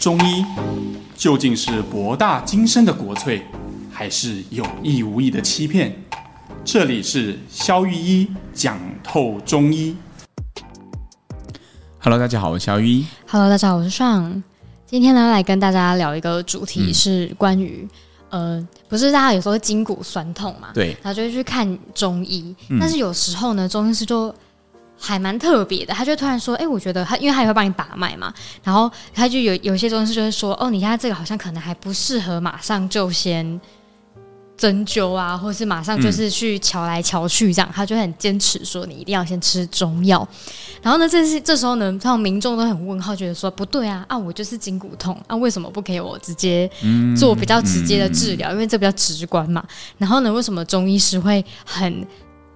中医究竟是博大精深的国粹，还是有意无意的欺骗？这里是肖玉一讲透中医。 Hello，大家好，我是肖玉一。 Hello，大家好，我是尚。今天呢，来跟大家聊一个主题是关于、呃，不是大家有时候筋骨酸痛嘛，对，然后就会去看中医，但是有时候呢，中医师就还蛮特别的，他就突然说，哎、我觉得他，因为他也会帮你把脉嘛，然后他就有有些中医师就会说，哦，你现在这个好像可能还不适合，马上就先。针灸啊，或是马上就是去瞧来瞧去这样，他就很坚持说你一定要先吃中药。然后呢，这是这时候呢，通常民众都很问号，觉得说不对啊，啊我就是筋骨痛啊，为什么不给我直接做比较直接的治疗？因为这比较直观嘛。然后呢，为什么中医师会很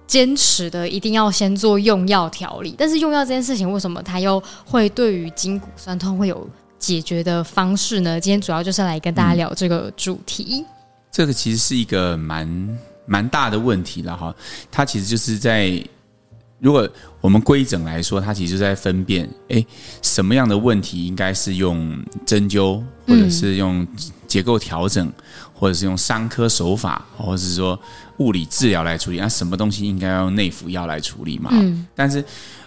坚持的一定要先做用药调理？但是用药这件事情，为什么他又会对于筋骨酸痛会有解决的方式呢？今天主要就是来跟大家聊这个主题。这个其实是一个蛮蛮大的问题了哈，它其实就是在如果我们规整来说，它其实就在分辨，哎，什么样的问题应该是用针灸，或者是用结构调整，或者是用伤科手法，或者是说物理治疗来处理，那什么东西应该要用内服药来处理嘛？但是。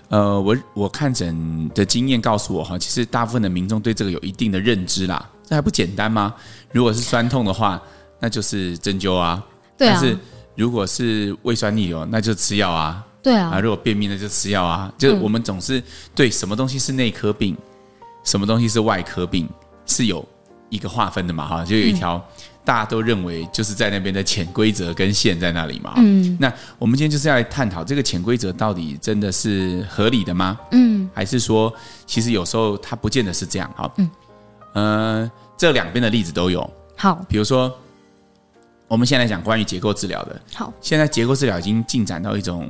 呃，我我看诊的经验告诉我哈，其实大部分的民众对这个有一定的认知啦，这还不简单吗？如果是酸痛的话，那就是针灸啊。对啊但，是如果是胃酸逆流，那就吃药啊。对啊，啊，如果便秘那就吃药啊。就是我们总是对什么东西是内科病，什么东西是外科病，是有一个划分的嘛哈，就有一条、大家都认为就是在那边的潜规则跟线在那里嘛。嗯，那我们今天就是要来探讨这个潜规则到底真的是合理的吗？嗯，还是说其实有时候它不见得是这样哈。嗯，呃，这两边的例子都有，好比如说。我们先来讲关于结构治疗的，好， 现在结构治疗已经进展到一种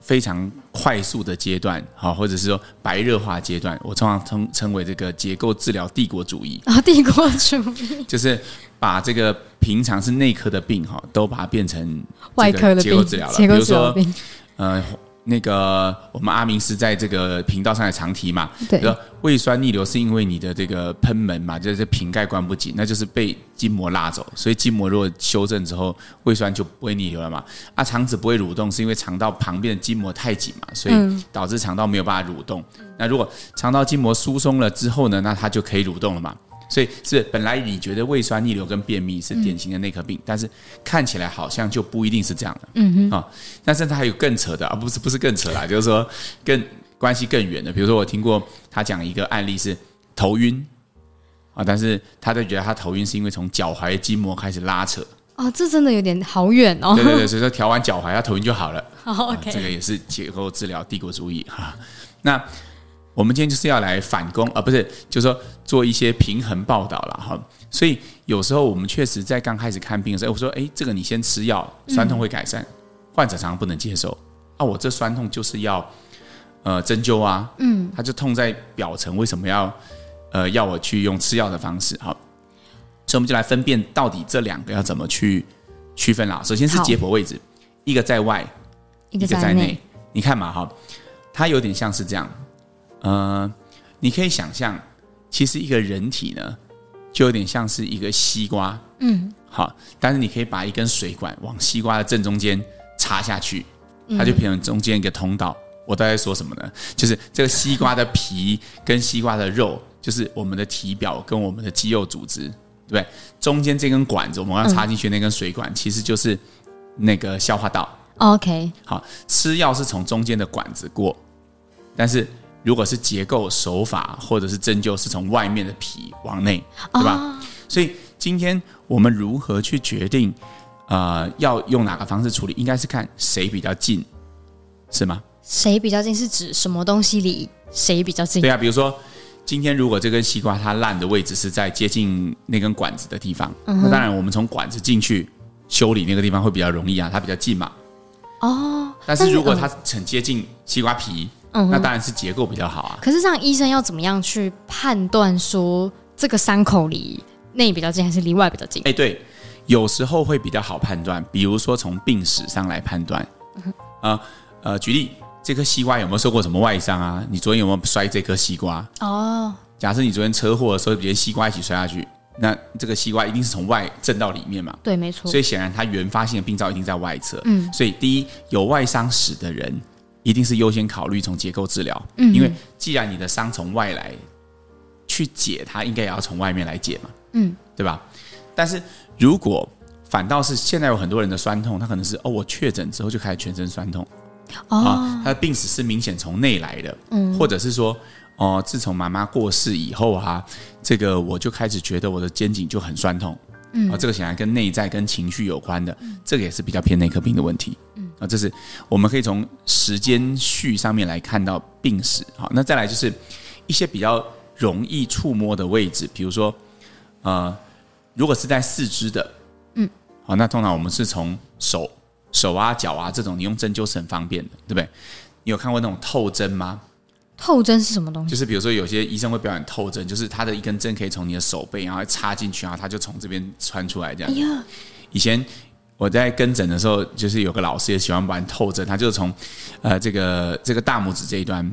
非常快速的阶段，好，或者是说白热化阶段，我通常称称为这个结构治疗帝国主义，然后帝国主义，就是把这个平常是内科的病哈，都把它变成外科的结构病，治疗了，结比构如治疗说病，呃。那个，我们阿明是在这个频道上也常提嘛，对比如说胃酸逆流是因为你的这个喷门嘛，就是瓶盖关不紧，那就是被筋膜拉走，所以筋膜如果修正之后，胃酸就不会逆流了嘛。啊，肠子不会蠕动是因为肠道旁边的筋膜太紧嘛，所以导致肠道没有办法蠕动。那如果肠道筋膜疏松了之后呢，那它就可以蠕动了嘛。所以是本来你觉得胃酸逆流跟便秘是典型的内科病，但是看起来好像就不一定是这样的。嗯嗯哼，啊、但甚至还有更扯的啊，不是不是更扯啦，就是说更关系更远的。比如说我听过他讲一个案例是头晕啊，但是他就觉得他头晕是因为从脚踝筋膜开始拉扯，哦，这真的有点好远哦。对对对，所以说调完脚踝他头晕就好了。 好啊这个，OK，也是结构治疗帝国主义哈、那我们今天就是要来反攻，而、不是就是说做一些平衡报道了哈。所以有时候我们确实在刚开始看病的时候，我说：“哎，这个你先吃药，酸痛会改善。患者常常不能接受啊，我这酸痛就是要呃针灸啊，嗯，他就痛在表层，为什么要呃要我去用吃药的方式？好，所以我们就来分辨到底这两个要怎么去区分啦。首先是好解剖位置，一个在外，一一个个在在内内，。你看嘛，哈，它有点像是这样，呃，你可以想象，其实一个人体呢，就有点像是一个西瓜，嗯，好，但是你可以把一根水管往西瓜的正中间插下去，嗯它就变成中间一个通道。我大概说什么呢？就是这个西瓜的皮跟西瓜的肉，就是我们的体表跟我们的肌肉组织，对不对？中间这根管子，我们要插进去那根水嗯管，其实就是那个消化道。哦 OK，好，吃药是从中间的管子过，但是如果是结构手法或者是针灸，是从外面的皮往内，哦对吧？啊所以今天我们如何去决定，呃，要用哪个方式处理，应该是看谁比较近，是吗？谁比较近是指什么东西离谁比较近？对啊，比如说今天如果这根西瓜它烂的位置是在接近那根管子的地方，嗯那当然我们从管子进去修理那个地方会比较容易啊，它比较近嘛。哦，但是如果嗯它很接近西瓜皮，嗯哼那当然是结构比较好啊。可是这样医生要怎么样去判断说这个伤口离内比较近还是离外比较近？哎，对，有时候会比较好判断，比如说从病史上来判断。嗯啊、呃，举例，这颗西瓜有没有受过什么外伤啊？你昨天有没有摔这颗西瓜？哦，假设你昨天车祸的时候，连西瓜一起摔下去，那这个西瓜一定是从外震到里面嘛？对，没错所。以显然他原发性的病灶一定在外侧。嗯所以第一，有外伤史的人一定是优先考虑从结构治疗，嗯，因为既然你的伤从外来去解，它应该也要从外面来解嘛，嗯，对吧？但是如果反倒是现在有很多人的酸痛，他可能是哦，我确诊之后就开始全身酸痛、哦，啊，他的病史是明显从内来的，嗯或者是说。哦，自从妈妈过世以后啊，这个我就开始觉得我的肩颈就很酸痛，啊，这个显然跟内在跟情绪有关的，这个也是比较偏内科病的问题。嗯，啊，这是我们可以从时间序上面来看到病史。好，那再来就是一些比较容易触摸的位置，比如说，呃，如果是在四肢的，嗯，好，那通常我们是从手、手啊、脚啊这种，你用针灸是很方便的，对不对？你有看过那种透针吗？透针是什么东西？就是比如说有些医生会表演透针，就是他的一根针可以从你的手背，然后插进去，然后他就从这边穿出来这样哎。呀，以前我在跟诊的时候，就是有个老师也喜欢玩透针，他就是从呃这个这个大拇指这一端，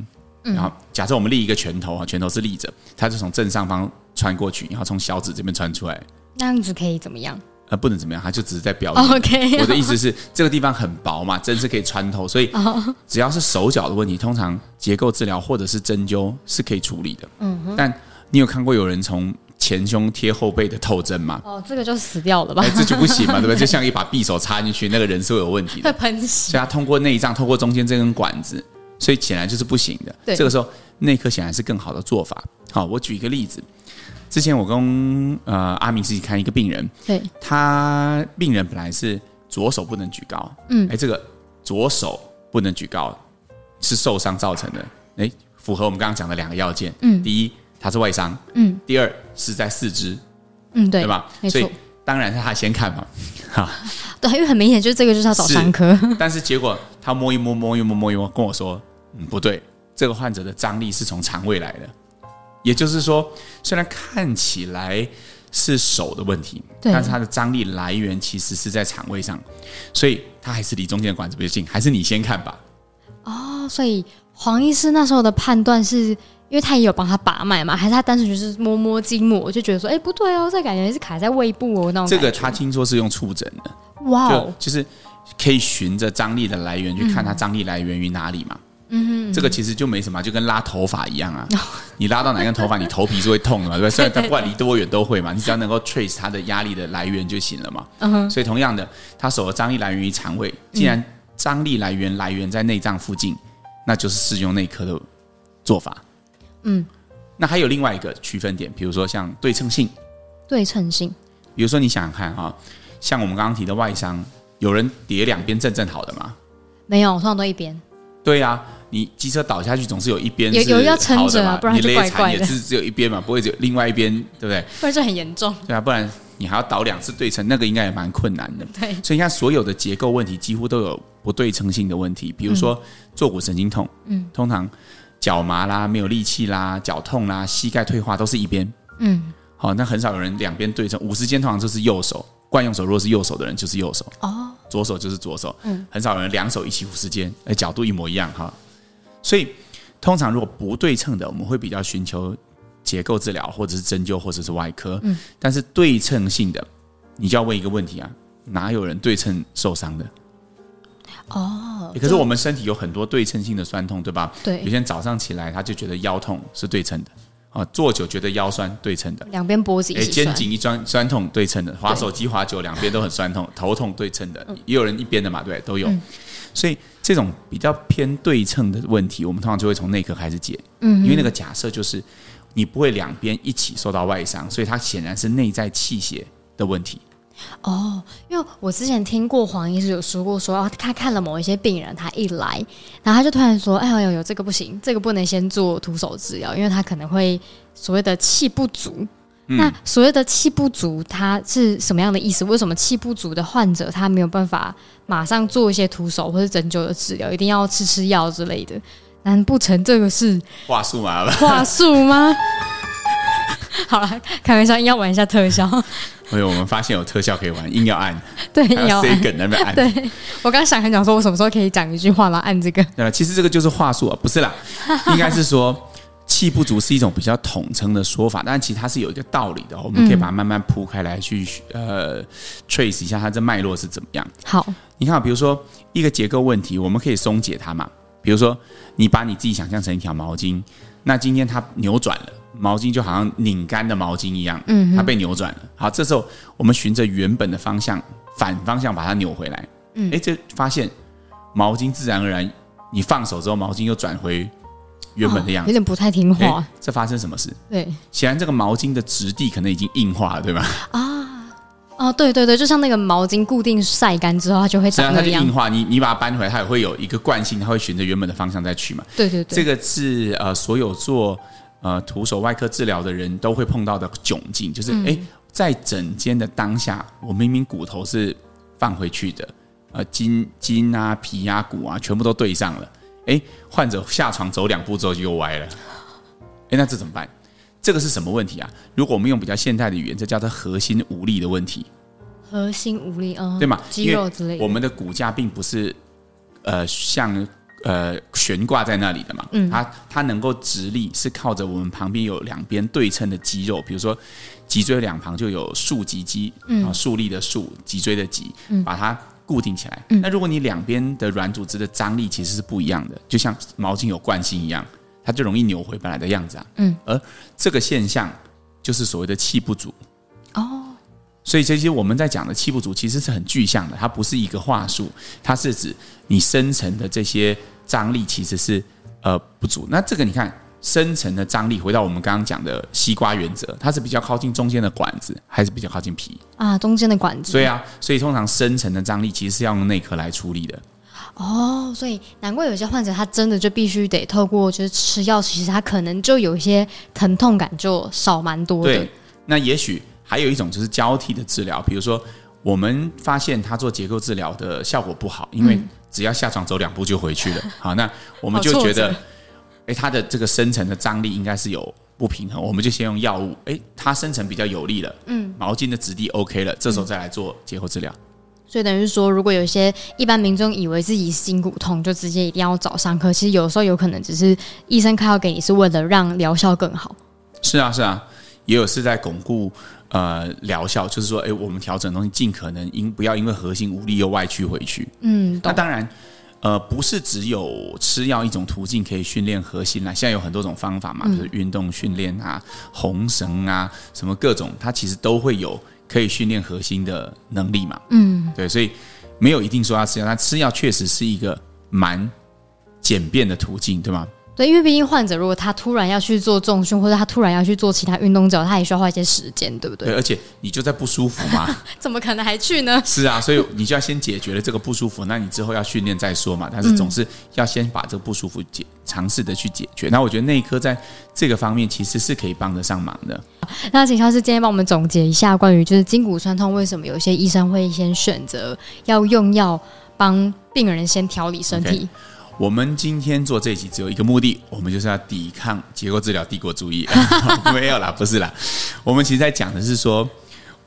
嗯然后假设我们立一个拳头啊，拳头是立着，他就从正上方穿过去，然后从小指这边穿出来，那样子可以怎么样呃不能怎么样，他就只是在表演。哦？OK， 我的意思是，这个地方很薄嘛，针是可以穿透，所以哦只要是手脚的问题，通常结构治疗或者是针灸是可以处理的。嗯，但你有看过有人从前胸贴后背的透针吗？哦，这个就死掉了吧哎，？这就不行嘛，对 不对？就像一把匕首插进去，那个人是会有问题会的。喷血。所以他通过内脏，通过中间这根管子，所以显然就是不行的。对这个时候内科显然是更好的做法。好，我举一个例子，之前我跟呃阿明自己看一个病人，对，他病人本来是左手不能举高，嗯，哎，这个左手不能举高是受伤造成的，哎，符合我们刚刚讲的两个要件，嗯，第一他是外伤，嗯，第二是在四肢，嗯，对，对吧？没所以错，当然是他先看嘛，哈，对，因为很明显，就是这个就是要找伤科。但是结果他摸一摸，摸一摸，摸一摸，跟我说，嗯，不对，这个患者的张力是从肠胃来的，也就是说，虽然看起来是手的问题，对但是他的张力来源其实是在肠胃上，所以他还是离中间的管子比较近，还是你先看吧。哦，所以黄医师那时候的判断是。因为他也有帮他把脉嘛，还是他单纯就是摸摸筋膜，就觉得说，哎、不对哦，这感觉是卡在胃部哦那种这感觉。个他听说是用触诊的，哇就哦，就是可以循着张力的来源去看它张力来源于哪里嘛。嗯，这个其实就没什么，就跟拉头发一样啊。你拉到哪根头发，你头皮是会痛的嘛，对吧？虽然它不管离多远都会嘛，你只要能够 trace 它的压力的来源就行了嘛。嗯、所以同样的，它手的张力来源于肠胃，既然张力来源来源在内脏附近，那就是适用内科的做法。嗯，那还有另外一个区分点，比如说像对称性，对称性，比如说你想想看哈、像我们刚刚提的外伤，有人叠两边正正好的嘛？没有，通常都一边。对啊，你机车倒下去总是有一边有是有要撑好的着啊嘛不然你就勒怪残怪也的是只有一边嘛，不会只有另外一边，对不对？不然就很严重。对啊，不然你还要倒两次对称，那个应该也蛮困难的。对，所以你看，所有的结构问题几乎都有不对称性的问题，比如说坐骨神经痛，嗯，通常脚麻啦、没有力气啦、脚痛啦、膝盖退化都是一边，嗯，好、那很少有人两边对称。五十肩通常就是右手，惯用手如果是右手的人就是右手，哦，左手就是左手，很少有人两手一起五十肩，哎，角度一模一样哈。所以通常如果不对称的，我们会比较寻求结构治疗或者是针灸或者是外科，但是对称性的，你就要问一个问题啊，哪有人对称受伤的？哦欸可是我们身体有很多对称性的酸痛，对吧？有些对人早上起来他就觉得腰痛是对称的，啊，坐久觉得腰酸对称的，两边脖子一哎，起肩酸颈一酸酸痛对称的，滑手机滑久两边都很酸 痛，头痛对称的，嗯也有人一边的嘛，对，都有。所以这种比较偏对称的问题，我们通常就会从内科开始解，嗯，因为那个假设就是你不会两边一起受到外伤，所以它显然是内在气血的问题。哦，因为我之前听过黄医师有说过说，哦，他看了某一些病人，他一来，然后他就突然说，哎呦呦呦，这个不行，这个不能先做徒手治疗，因为他可能会所谓的气不足。嗯那所谓的气不足，它是什么样的意思？为什么气不足的患者他没有办法马上做一些徒手或者针灸的治疗，一定要吃吃药之类的？难不成这个是话术嘛，话术吗？ 好了，开玩笑，硬要玩一下特效。 所以我们发现有特效可以玩，硬要按，对，硬还要要塞按。梗在那边按。 对我刚想很讲说，我什么时候可以讲一句话，然后按这个。对吧？其实这个就是话术、啊，不是啦，应该是说气不足是一种比较统称的说法，但其实它是有一个道理的哦。我们可以把它慢慢铺开来去呃 trace 一下它这脉络是怎么样。好，你看啊，比如说一个结构问题，我们可以松解它嘛。比如说，你把你自己想象成一条毛巾，那今天它扭转了，毛巾就好像拧干的毛巾一样，嗯，它被扭转了。好，这时候我们循着原本的方向，反方向把它扭回来，嗯，哎，这发现毛巾自然而然，你放手之后，毛巾又转回原本的样哦有子。点不太听诶话，这发生什么事？对显然这个毛巾的质地可能已经硬化了，对吧？啊，哦，对对对，就像那个毛巾固定晒干之后，它就会虽长然它那就样硬，化，你你把它搬回来，它也会有一个惯性，它会循着原本的方向再去嘛。对对对，这个是呃所有做呃徒手外科治疗的人都会碰到的窘境，就是嗯哎、诶在整间的当下，我明明骨头是放回去的，呃筋筋啊皮啊骨啊全部都对上了，哎，患者下床走两步之后就又歪了，哎，那这怎么办？这个是什么问题啊？如果我们用比较现代的语言，这叫做核心无力的问题。核心无力，嗯，对嘛？肌因为肉之类的我们的骨架并不是呃像呃悬挂在那里的嘛，嗯它它能够直立是靠着我们旁边有两边对称的肌肉，比如说脊椎两旁就有竖脊肌，嗯啊，竖立的竖，脊椎的脊，把它。固定起来。嗯那如果你两边的软组织的张力其实是不一样的，就像毛巾有惯性一样，它就容易扭回本来的样子啊。嗯，而这个现象就是所谓的气不足。哦，所以这些我们在讲的气不足其实是很具象的，它不是一个话术，它是指你深层的这些张力其实是呃不足。那这个你看深层的张力，回到我们刚刚讲的西瓜原则，它是比较靠近中间的管子，还是比较靠近皮？啊，中间的管子，所以啊，所以通常深层的张力其实是要用内壳来处理的。哦，所以难怪有些患者他真的就必须得透过就是吃药，其实他可能就有一些疼痛感就少蛮多的对，，那也许还有一种就是交替的治疗，比如说我们发现他做结构治疗的效果不好，因为只要下床走两步就回 去了。好，那我们就嗯好挫觉得折，哎、他的这个深层的张力应该是有不平衡，我们就先用药物。哎、他深层比较有力了，嗯，毛巾的质地 OK 了，嗯这时候再来做结构治疗。所以等于是说，如果有一些一般民众以为自己是筋骨痛，就直接一定要找上科，其实有时候有可能只是医生开药给你是为了让疗效更好。是啊，是啊，也有是在巩固呃疗效，就是说，哎、我们调整的东西尽可能因不要因为核心无力又外屈回去。嗯，那懂。当然，呃，不是只有吃药一种途径可以训练核心啦，现在有很多种方法嘛，嗯就是运动训练啊、红绳啊，什么各种，它其实都会有可以训练核心的能力嘛。嗯，对，所以没有一定说要吃药，但吃药确实是一个蛮简便的途径，对吗？对，因为毕竟患者如果他突然要去做重训，或者他突然要去做其他运动之后，他也需要花一些时间，对不对？对，而且你就在不舒服嘛，怎么可能还去呢？ 是啊，所以你就要先解决了这个不舒服，那你之后要训练再说嘛。但是总是要先把这个不舒服解尝试的去解决。那我觉得内科在这个方面其实是可以帮得上忙的。那请肖师今天帮我们总结一下关于就是筋骨酸痛为什么有些医生会先选择要用药帮病人先调理身体我们今天做这一集只有一个目的，我们就是要抵抗结构治疗帝国主义。 没有啦，不是啦，我们其实在讲的是说，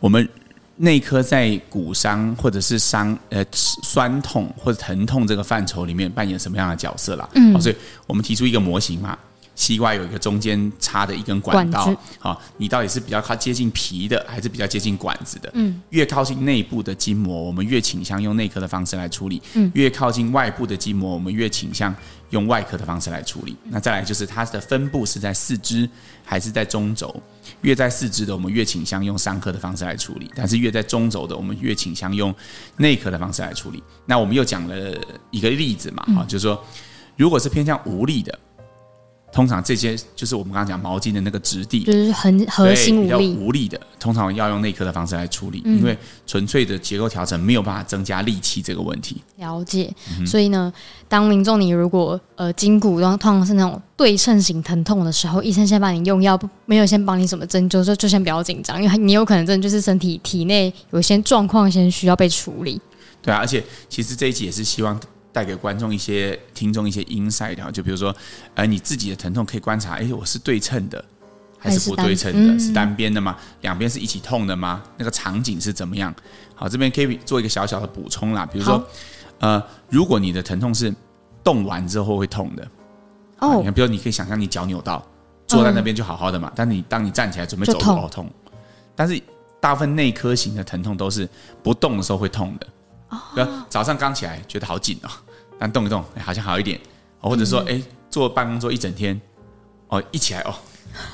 我们内科在骨伤或者是伤呃酸痛或者疼痛这个范畴里面扮演什么样的角色啦？嗯、所以我们提出一个模型嘛。西瓜有一个中间插的一根管道管，好、你到底是比较靠接近皮的，还是比较接近管子的？嗯，越靠近内部的筋膜，我们越倾向用内科的方式来处理；嗯，越靠近外部的筋膜，我们越倾向用外科的方式来处理。那再来就是它的分布是在四肢还是在中轴？越在四肢的，我们越倾向用上科的方式来处理；但是越在中轴的，我们越倾向用内科的方式来处理。那我们又讲了一个例子嘛，嗯哈、就是说，如果是偏向无力的，通常这些就是我们刚刚讲毛巾的那个质地，就是很核对，心比无较力。嗯无力的，通常要用内科的方式来处理，因为纯粹的结构调整没有办法增加力气这个问题。了解，嗯所以呢，当民众你如果呃筋骨然后通常是那种对称型疼痛的时候，医生先帮你用药，不没有先帮你什么针灸，就就先不要紧张，因为你有可能真的就是身体体内有一些状况先需要被处理。对啊，而且其实这一集也是希望带给观众一些、听众一些 insight 啊，就比如说，呃，你自己的疼痛可以观察，哎，我是对称的。还还是是不单对称的，嗯是单边的吗？两边是一起痛的吗？那个场景是怎么样？好，这边可以做一个小小的补充啦，比如说好，呃，如果你的疼痛是动完之后会痛的，啊你哦，嗯看，比如你可以想象你脚扭到，坐在那边就好好的嘛。但你当你站起来准备走路，就痛哦痛。但是大部分内科型的疼痛都是不动的时候会痛的。哦对啊，早上刚起来觉得好紧哦，但动一动、哎好像好一点，哦或者说嗯哎、坐办公桌一整天，哦一起来 哦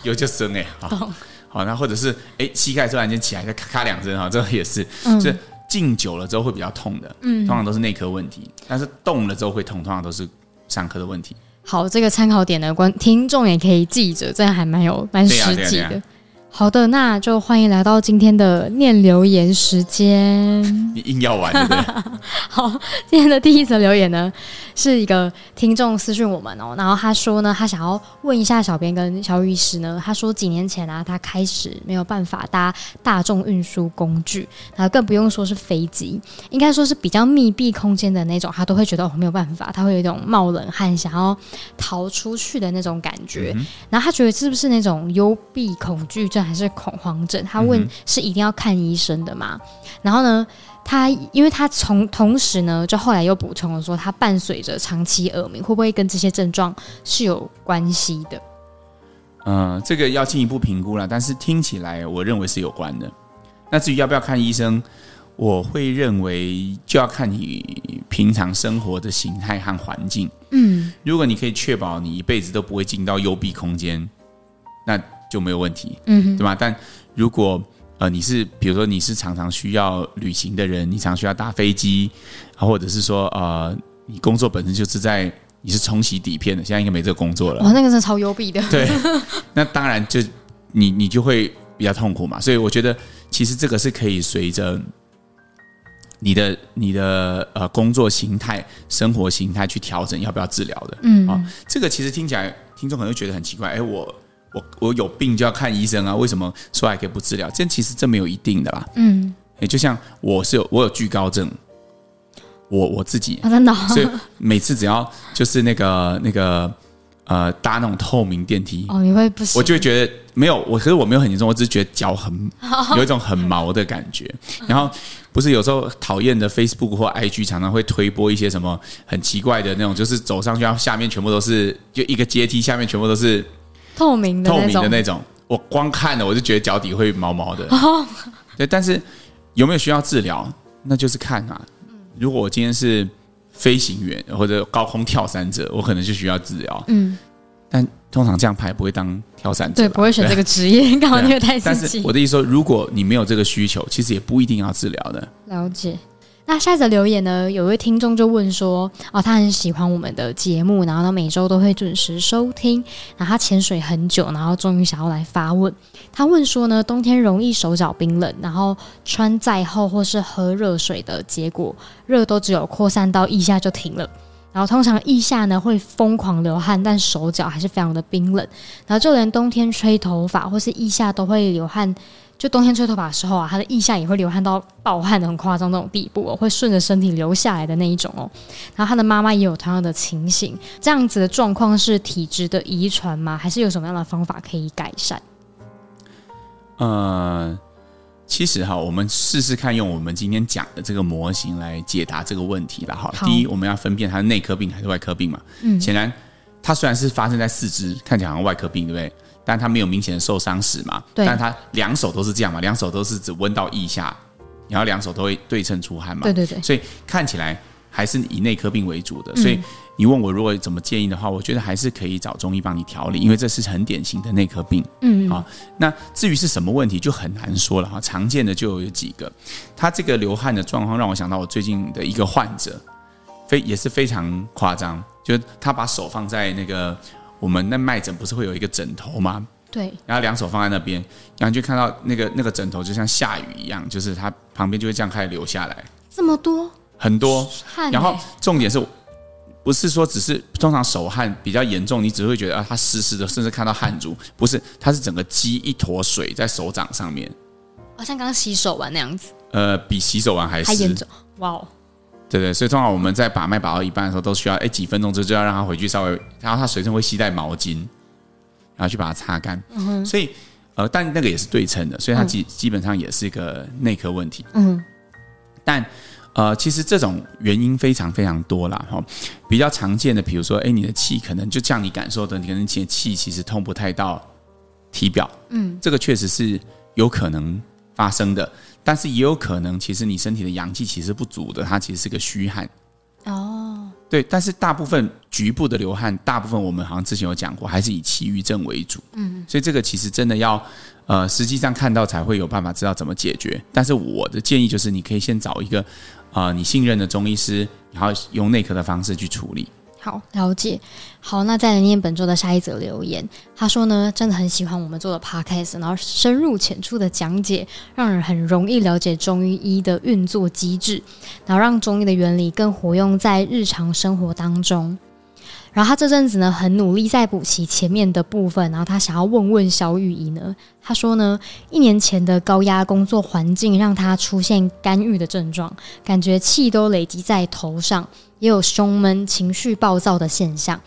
有就生哎，好，好那或者是哎膝盖突然间起来再咔咔两嗯声哈，哦这个也是，这、静久了之后会比较痛的，嗯，通常都是内科问题，但是动了之后会痛，通常都是上科的问题。好，这个参考点呢，观听众也可以记着，这样还蛮有蛮对啊实际对啊的。对啊好的，那就欢迎来到今天的念留言时间。你硬要玩对不对？ 好，今天的第一则留言呢，是一个听众私讯我们哦，然后他说呢，他想要问一下小编跟小雨医师呢，他说几年前啊，他开始没有办法搭大众运输工具，然后更不用说是飞机，应该说是比较密闭空间的那种，他都会觉得哦没有办法，他会有一种冒冷汗，想要逃出去的那种感觉。然后他觉得是不是那种幽闭恐惧症还是恐慌症？他问是一定要看医生的吗？然后呢，他因为他从同时呢，就后来又补充了说，他伴随着长期耳鸣，会不会跟这些症状是有关系的？嗯、这个要进一步评估了，但是听起来我认为是有关的。那至于要不要看医生，我会认为就要看你平常生活的形态和环境。嗯，如果你可以确保你一辈子都不会进到幽闭空间，那就没有问题，嗯哼对吧？但如果呃你是比如说你是常常需要旅行的人，你常需要搭飞机，啊，或者是说呃你工作本身就是在你是冲洗底片的，现在应该没这个工作了哇，，那个真的超幽闭的，对，那当然就你你就会比较痛苦嘛。所以我觉得其实这个是可以随着你的你的呃工作形态、生活形态去调整要不要治疗的。嗯啊、这个其实听起来听众可能会觉得很奇怪，哎，我。我我有病就要看医生啊？为什么说还可以不治疗？这其实这没有一定的啦。嗯，哎，就像我是有我有惧高症，我我自己啊，真的哦、 所以每次只要就是那个那个呃搭那种透明电梯， 哦，你会不行我就会觉得没有我，可是我没有很严重，我只是觉得脚很有一种很毛的感觉。然后不是有时候讨厌的 Facebook 或 IG 常常会推播一些什么很奇怪的那种，就是走上去，然后下面全部都是就一个阶梯，下面全部都是透明的透那明的种，那种。我光看了我就觉得脚底会毛毛的。哦 对，但是有没有需要治疗，那就是看啊。嗯如果我今天是飞行员或者高空跳伞者，我可能就需要治疗。嗯，但通常这样牌不会当跳伞者对，吧，不会选这个职业， 刚好对啊虐待但自是己我。的意思说，如果你没有这个需求，其实也不一定要治疗的。了解。那下一则留言呢？有一位听众就问说：“哦，他很喜欢我们的节目，然后他每周都会准时收听。然后他潜水很久，然后终于想要来发问。他问说呢，冬天容易手脚冰冷，然后穿再厚或是喝热水的结果，热都只有扩散到腋下就停了。然后通常腋下呢会疯狂流汗，但手脚还是非常的冰冷。然后就连冬天吹头发或是腋下都会流汗就冬天吹头发的时候啊，他的腋下也会流汗到爆汗的很夸张那种地步哦，会顺着身体流下来的那一种哦。然后他的妈妈也有同样的情形，这样子的状况是体质的遗传吗？还是有什么样的方法可以改善？呃，其实哈，我们试试看用我们今天讲的这个模型来解答这个问题吧。好了，好第一，我们要分辨它是内科病还是外科病嘛。嗯，显然它虽然是发生在四肢，看起来好像外科病，对不对？但它没有明显的受伤史嘛。对但它两手都是这样嘛，两手都是只温到腋下，然后两手都会对称出汗嘛。对对对，所以看起来还是以内科病为主嗯的。所以你问我如果怎么建议的话，我觉得还是可以找中医帮你调理，因为这是很典型的内科病。嗯啊，那至于是什么问题就很难说了哈。常见的就有几个，他这个流汗的状况让我想到我最近的一个患者，非也是非常夸张，就是他把手放在那个我们那脉诊不是会有一个枕头吗？对，然后两手放在那边，然后就看到那个那个枕头就像下雨一样，就是它旁边就会这样开始流下来，这么多很多。汗欸、然后重点是，不是说只是通常手汗比较严重，你只会觉得啊，它湿湿的，甚至看到汗珠，不是，它是整个积一坨水在手掌上面，好像刚洗手完那样子，呃，比洗手完还湿。还严重，哇哦！对对，所以通常我们在把脉把到一半的时候，都需要哎几分钟之后就要让它回去稍微，然后它随身会携带毛巾，然后去把它擦干。所以呃，但那个也是对称的，所以它基基本上也是一个内科问题。嗯，但呃，其实这种原因非常非常多啦，哈、比较常见的，比如说，哎，你的气可能就像你感受的，你可能你的气其实通不太到体表，嗯，这个确实是有可能发生的，但是也有可能，其实你身体的阳气其实不足的，它其实是个虚汗。哦，对，但是大部分局部的流汗，大部分我们好像之前有讲过，还是以气郁症为主。嗯，所以这个其实真的要，呃，实际上看到才会有办法知道怎么解决。但是我的建议就是，你可以先找一个，啊、你信任的中医师，然后用内科的方式去处理。好，了解。好，那再来念本周的下一则留言。他说呢，真的很喜欢我们做的 podcast，然后深入浅出的讲解，让人很容易了解中医的运作机制，然后让中医的原理更活用在日常生活当中。然后他这阵子呢，很努力在补齐前面的部分，然后他想要问问小雨怡呢，他说呢，一年前的高压工作环境让他出现干郁的症状，感觉气都累积在头上。也有胸闷、情绪暴躁的现象。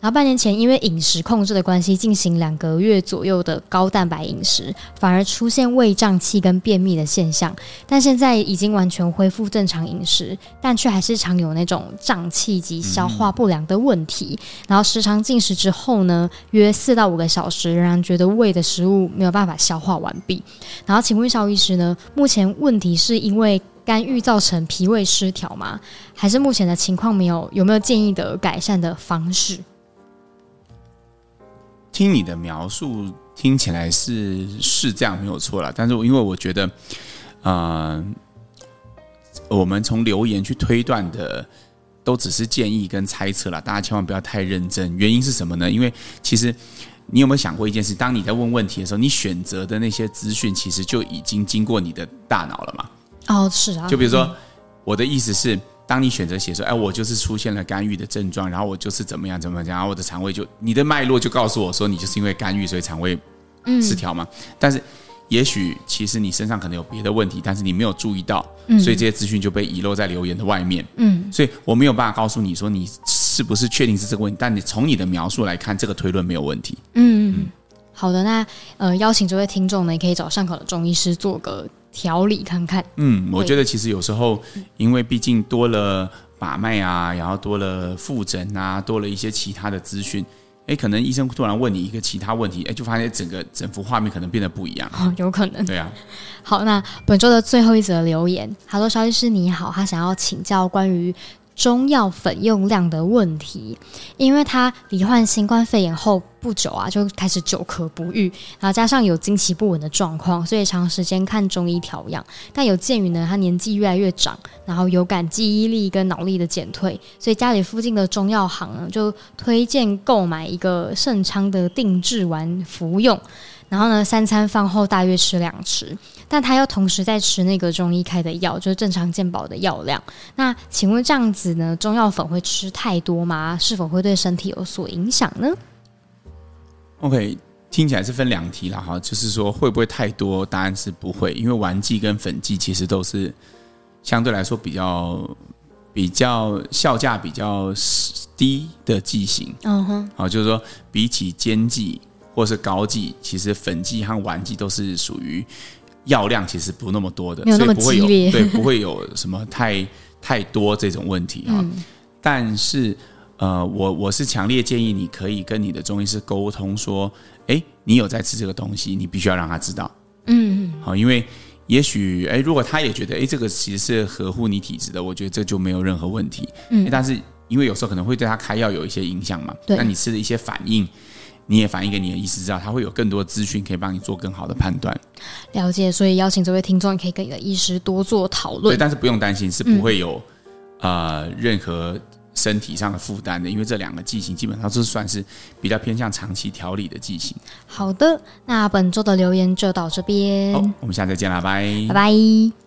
然后半年前因为饮食控制的关系，进行两个月左右的高蛋白饮食，反而出现胃胀气跟便秘的现象。但现在已经完全恢复正常饮食，但却还是常有那种胀气及消化不良的问题。然后时常进食之后呢，约四到五个小时，仍然觉得胃的食物没有办法消化完毕。然后请问邵医师呢，目前问题是因为干预造成脾胃失调吗？还是目前的情况没有有没有建议的改善的方式？听你的描述，听起来是是这样没有错啦。但是我因为我觉得，呃，我们从留言去推断的都只是建议跟猜测啦，大家千万不要太认真。原因是什么呢？因为其实你有没有想过一件事？当你在问问题的时候，你选择的那些资讯其实就已经经过你的大脑了嘛。哦，是啊，就比如说，我的意思是，当你选择写说，哎，我就是出现了干预的症状，然后我就是怎么样怎么样，然后我的肠胃就你的脉络就告诉我说，你就是因为干预，所以肠胃失调嘛。但是也许其实你身上可能有别的问题，但是你没有注意到，所以这些资讯就被遗漏在留言的外面。嗯，所以我没有办法告诉你说你是不是确定是这个问题，但你从你的描述来看，这个推论没有问题。嗯，好的，那呃，邀请这位听众呢，也可以找上口的中医师做个调理看看。嗯，我对觉得其实有时候，因为毕竟多了把脉啊，然后多了复诊啊，多了一些其他的资讯，哎，可能医生突然问你一个其他问题，哎，就发现整个整幅画面可能变得不一样。哦，有可能。对啊，好，那本周的最后一则留言，他说：“肖医师你好，他想要请教关于中药粉用量的问题，因为他罹患新冠肺炎后不久啊，就开始久咳不愈，然后加上有经期不稳的状况，所以长时间看中医调养。但有鉴于呢，他年纪越来越长，然后有感记忆力跟脑力的减退，所以家里附近的中药行呢，就推荐购买一个盛昌的定制丸服用。”然后呢，三餐饭后大约吃两匙，但他要同时在吃那个中医开的药，就是正常健保的药量。那请问这样子呢，中药粉会吃太多吗？是否会对身体有所影响呢？ OK，听起来是分两题了哈，就是说会不会太多？答案是不会，因为丸剂跟粉剂其实都是相对来说比较比较效价比较低的剂型。嗯哼，啊，就是说比起煎剂或是膏剂，其实粉剂和丸剂都是属于药量其实不那么多的，没有那所么以不会激有烈对不会有什么太太多这种问题嗯啊。但是呃，我我是强烈建议你可以跟你的中医师沟通说，诶，你有在吃这个东西，你必须要让他知道。嗯，好，因为也许哎，如果他也觉得哎，这个其实是合乎你体质的，我觉得这就没有任何问题。嗯，但是因为有时候可能会对他开药有一些影响嘛，对那你吃的一些反应，你也反映给你的医师知道，他会有更多资讯可以帮你做更好的判断。了解。所以邀请这位听众，也可以跟你的医师多做讨对，论。但是不用担心，是不会有、呃任何。身体上的负担的，因为这两个剂型基本上都是算是比较偏向长期调理的剂型。好的，那本周的留言就到这边，嗯好，我们下次再见啦，拜拜拜。